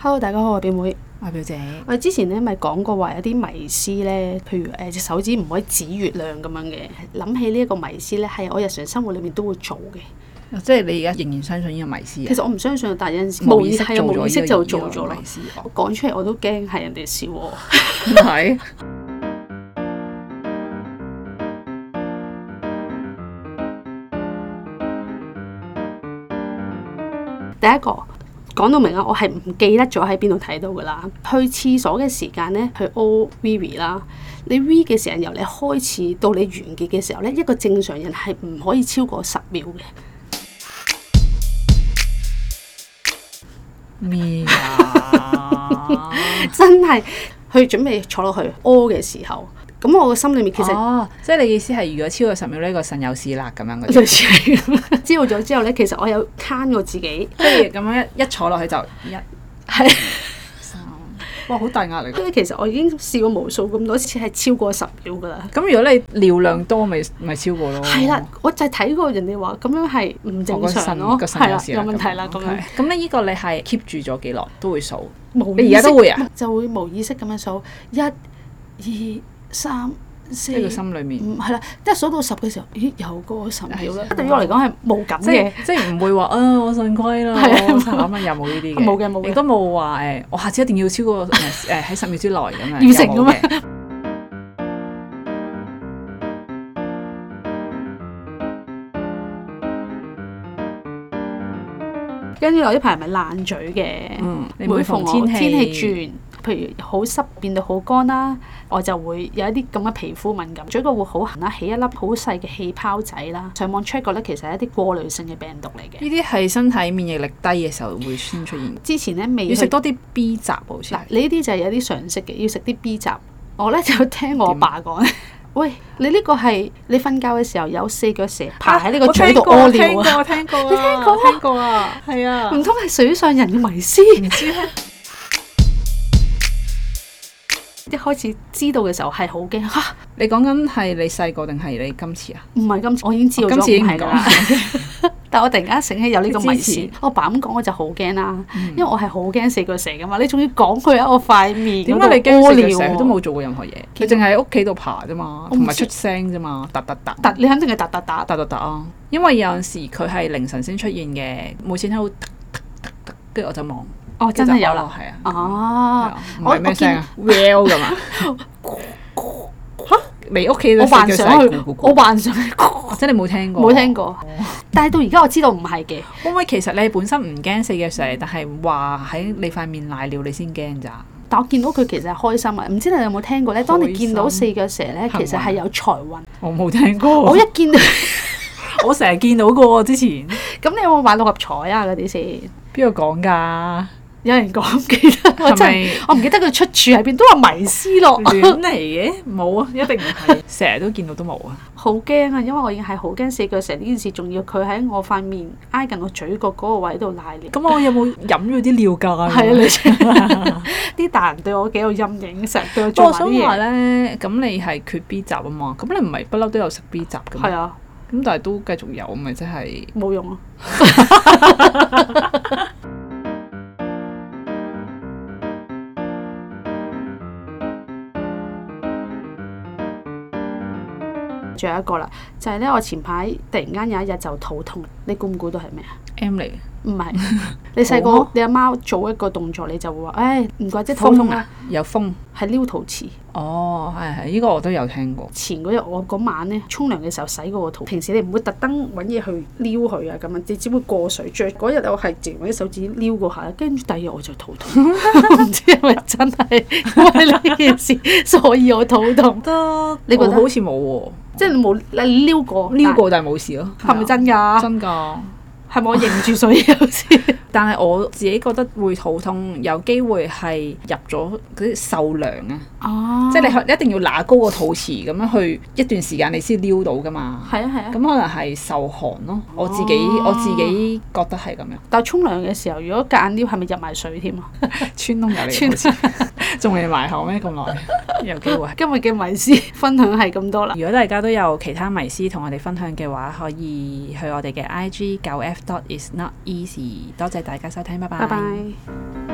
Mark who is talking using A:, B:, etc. A: Hello，大家好，我係表妹。
B: 阿表姐，
A: 我哋之前咧咪講過話有啲迷思咧，譬如呃誒隻手指唔可以指月亮咁樣嘅。諗起呢一個迷思咧，係我日常生活裏面都會做嘅。
B: 哦即係你而家仍然相信呢個迷思
A: 其
B: 啊？
A: 實我唔相信，但係有陣時無意
B: 做
A: 係啊
B: 咗呢
A: 無
B: 個
A: 意識就做咗
B: 呢
A: 咯
B: 個迷。思，
A: 我講出嚟我都驚係人哋笑我。
B: 唔 係
A: 第一個講到明啊，我係唔記得咗喺邊度睇到噶啦。去廁所嘅時間咧，去 O V V 啦。你 V 嘅時間由你開始到你完結嘅時候咧，一個正常人係唔可以超過十秒嘅。
B: 咩啊？
A: 真係去準備坐落去屙嘅時候，咁我個心裏面其實、
B: 哦，即係你意思係，如果超過十秒呢個腎有事啦咁樣嗰啲，
A: 類似係咁。知道咗之後咧，其實我有慳我自己，
B: 即係咁樣一一坐落去就一
A: 係
B: 三，哇，好大壓力㗎。啊
A: 因為其實我已經試過無數咁多次係超過十秒噶啦。
B: 咁如果你尿量多，咪咪超過咯。
A: 係啦，我就係睇過人哋話咁樣係唔正常
B: 我
A: 咯，
B: 個腎個腎
A: 係
B: 有
A: 啦，
B: 事
A: 有
B: 啦
A: 問題啦咁
B: 咁
A: 樣
B: 樣。。咁你呢個你係 keep 住咗幾耐都會數。
A: 無
B: 你而家都會啊？
A: 就會無意識咁樣數一、二、三、四
B: 喺個。心裏面，
A: 五係啦，即係數到十嘅時候，咦，又過十秒啦
B: 係。
A: 對於我嚟講係冇感
B: 即
A: 嘅
B: 係，即係唔會話啊，我信歸 啦，
A: 係啊
B: 我慘啦，又冇呢啲嘅，
A: 冇嘅冇嘅
B: 亦都冇話誒，我下次一定要超過呃 誒喺十秒之內咁樣，
A: 要成
B: 又冇嘅。
A: 跟住我呢排咪爛嘴嘅。
B: 嗯，你
A: 每
B: 每
A: 逢天
B: 逢天
A: 氣天
B: 氣
A: 氣轉，譬如好濕變到好乾啦，我就會有一啲咁嘅皮膚敏感，嘴角會好痕啦，起一粒好細嘅氣泡仔啦。上網 check 過咧，其實係一啲過濾性嘅病毒嚟嘅。
B: 呢啲係身體免疫力低嘅時候會先出現。
A: 之前咧未
B: 要食
A: 去
B: 多啲 B 雜好似
A: 嗱，，你呢啲就係有啲常識嘅，要食啲 B 雜。我咧就聽我阿
B: 啊
A: 爸講 咧，喂，你呢個係你瞓覺嘅時候有四腳蛇
B: 啊
A: 爬喺呢個嘴度屙尿啊，
B: 啊！我聽過，
A: 你聽過
B: 啊聽過 啊，係啊
A: 唔通係水上人嘅迷 思？
B: 唔知啊咧，
A: 一開始知道嘅時候係好驚嚇，
B: 你講緊係你細個定係你今次啊？
A: 唔係今次，我已經知道
B: 今
A: 咗
B: 次已
A: 唔
B: 經唔
A: 係㗎啦。
B: 講，
A: 但我突然間醒起有呢個迷
B: 你
A: 思
B: 支持，
A: 我爸咁講我就好驚啦，
B: 嗯
A: 因為我係好驚四腳蛇噶嘛。你仲要講佢喺我塊面
B: 點
A: 嗰
B: 解
A: 度
B: 你驚
A: 屙
B: 食
A: 尿
B: 嘅時
A: 喎
B: 候都冇做過任何嘢？
A: 其
B: 佢
A: 實
B: 淨係喺屋企度爬啫嘛，
A: 我唔
B: 同埋
A: 知
B: 出聲啫嘛，突突突。
A: 突你肯定係突突突。
B: 突突突啊！因為有陣時佢係凌晨先出現嘅，每次 聽到突突突突，跟住我就望，
A: 哦，真係有
B: 跟
A: 啦。
B: 住就，係啊，係
A: 哦
B: 啊，唔
A: 我
B: 係咩聲啊？Well 咁啊！你屋企
A: 我
B: 嘅
A: 幻
B: 隻
A: 想
B: 腳
A: 佢
B: 係咕咕，咕哦
A: 我幻想佢，
B: 真係冇聽過，
A: 冇聽。過。但係到而家我知道唔係嘅，
B: 會唔會其實你本身唔驚死嘅蛇，但係話喺你塊面瀨尿你先驚咋？
A: 但我見到佢其實係開心啊。唔知你有冇聽過咧？當你
B: 開
A: 見到
B: 心
A: 四腳蛇咧，
B: 幸
A: 其實係
B: 運哦
A: 有財運。
B: 我冇聽過，
A: 我一見到
B: 我成日見到過之前，
A: 咁，你有冇買六合彩啊嗰啲先？
B: 邊個講㗎？
A: 有人講唔記得，我
B: 係
A: 真係
B: 咪？嗯
A: 我唔記得佢出處喺邊，都話迷思咯。
B: 亂嚟嘅，冇啊，一定唔 係，成日都見到都冇啊。
A: 好驚啊！因為我已經係好驚四腳蛇呢件事，仲要佢喺我塊面挨近我嘴角嗰個位度瀨尿。
B: 咁我有冇飲咗啲尿㗎？
A: 係啊，你 知啲大人對我幾有陰影，成日對我
B: 不過
A: 做
B: 哦我
A: 埋
B: 想
A: 啲
B: 話
A: 嘢。
B: 咧，咁你係缺 B 集啊嘛，咁你唔係不嬲都有食 B 集㗎
A: 係
B: 嘛，
A: 啊，
B: 咁但係都繼續有，咪即係
A: 冇用啊！仲有一個啦，就係、咧，我前排突然間有一日就肚痛，你估唔估到係咩啊？
B: M 嚟嘅，
A: 唔係，你細
B: 肚
A: 個
B: 屙
A: 你阿媽做一個動作，你就會話：，唉，唔怪之肚痛
B: 風
A: 啦
B: 啊，，有風。
A: 係撩肚臍。
B: 哦，係係，呢個我都有聽過。
A: 前嗰日我嗰晚咧沖涼嘅時候洗嗰個肚，平時你唔會特登揾嘢去撩佢啊咁樣，你只會過水着。嗰日我係直揾啲手指撩過下，跟住第二日我就肚痛， 唔知係咪真係因為呢件事，所以我肚痛。
B: 得
A: 你覺得
B: 好似冇喎，
A: 即係你冇你撩過，
B: 撩過啊但係冇事咯。
A: 但係咪真㗎？
B: 真㗎？
A: 係咪我認住水啊有 時？
B: 但係我自己覺得會肚痛，有機會係入咗嗰啲受涼啊，
A: 哦
B: 即係你係一定要拿高個肚臍咁樣去一段時間，你先撩到㗎嘛。
A: 係啊係啊
B: 咁。可能係受寒咯，我自己、我自己覺得係咁樣，
A: 但係沖涼嘅時候，如果夾硬撩，係咪入埋水添啊？
B: 穿窿有
A: 穿
B: 嚟好似，仲未埋口咩咁耐？ 有機會。
A: 今日嘅迷思分享係咁多啦。
B: 如果大家都有其他迷思同我哋分享嘅話，可以去我哋嘅 I G 九 F dot is not easy。多謝大家收聽，拜
A: 拜拜。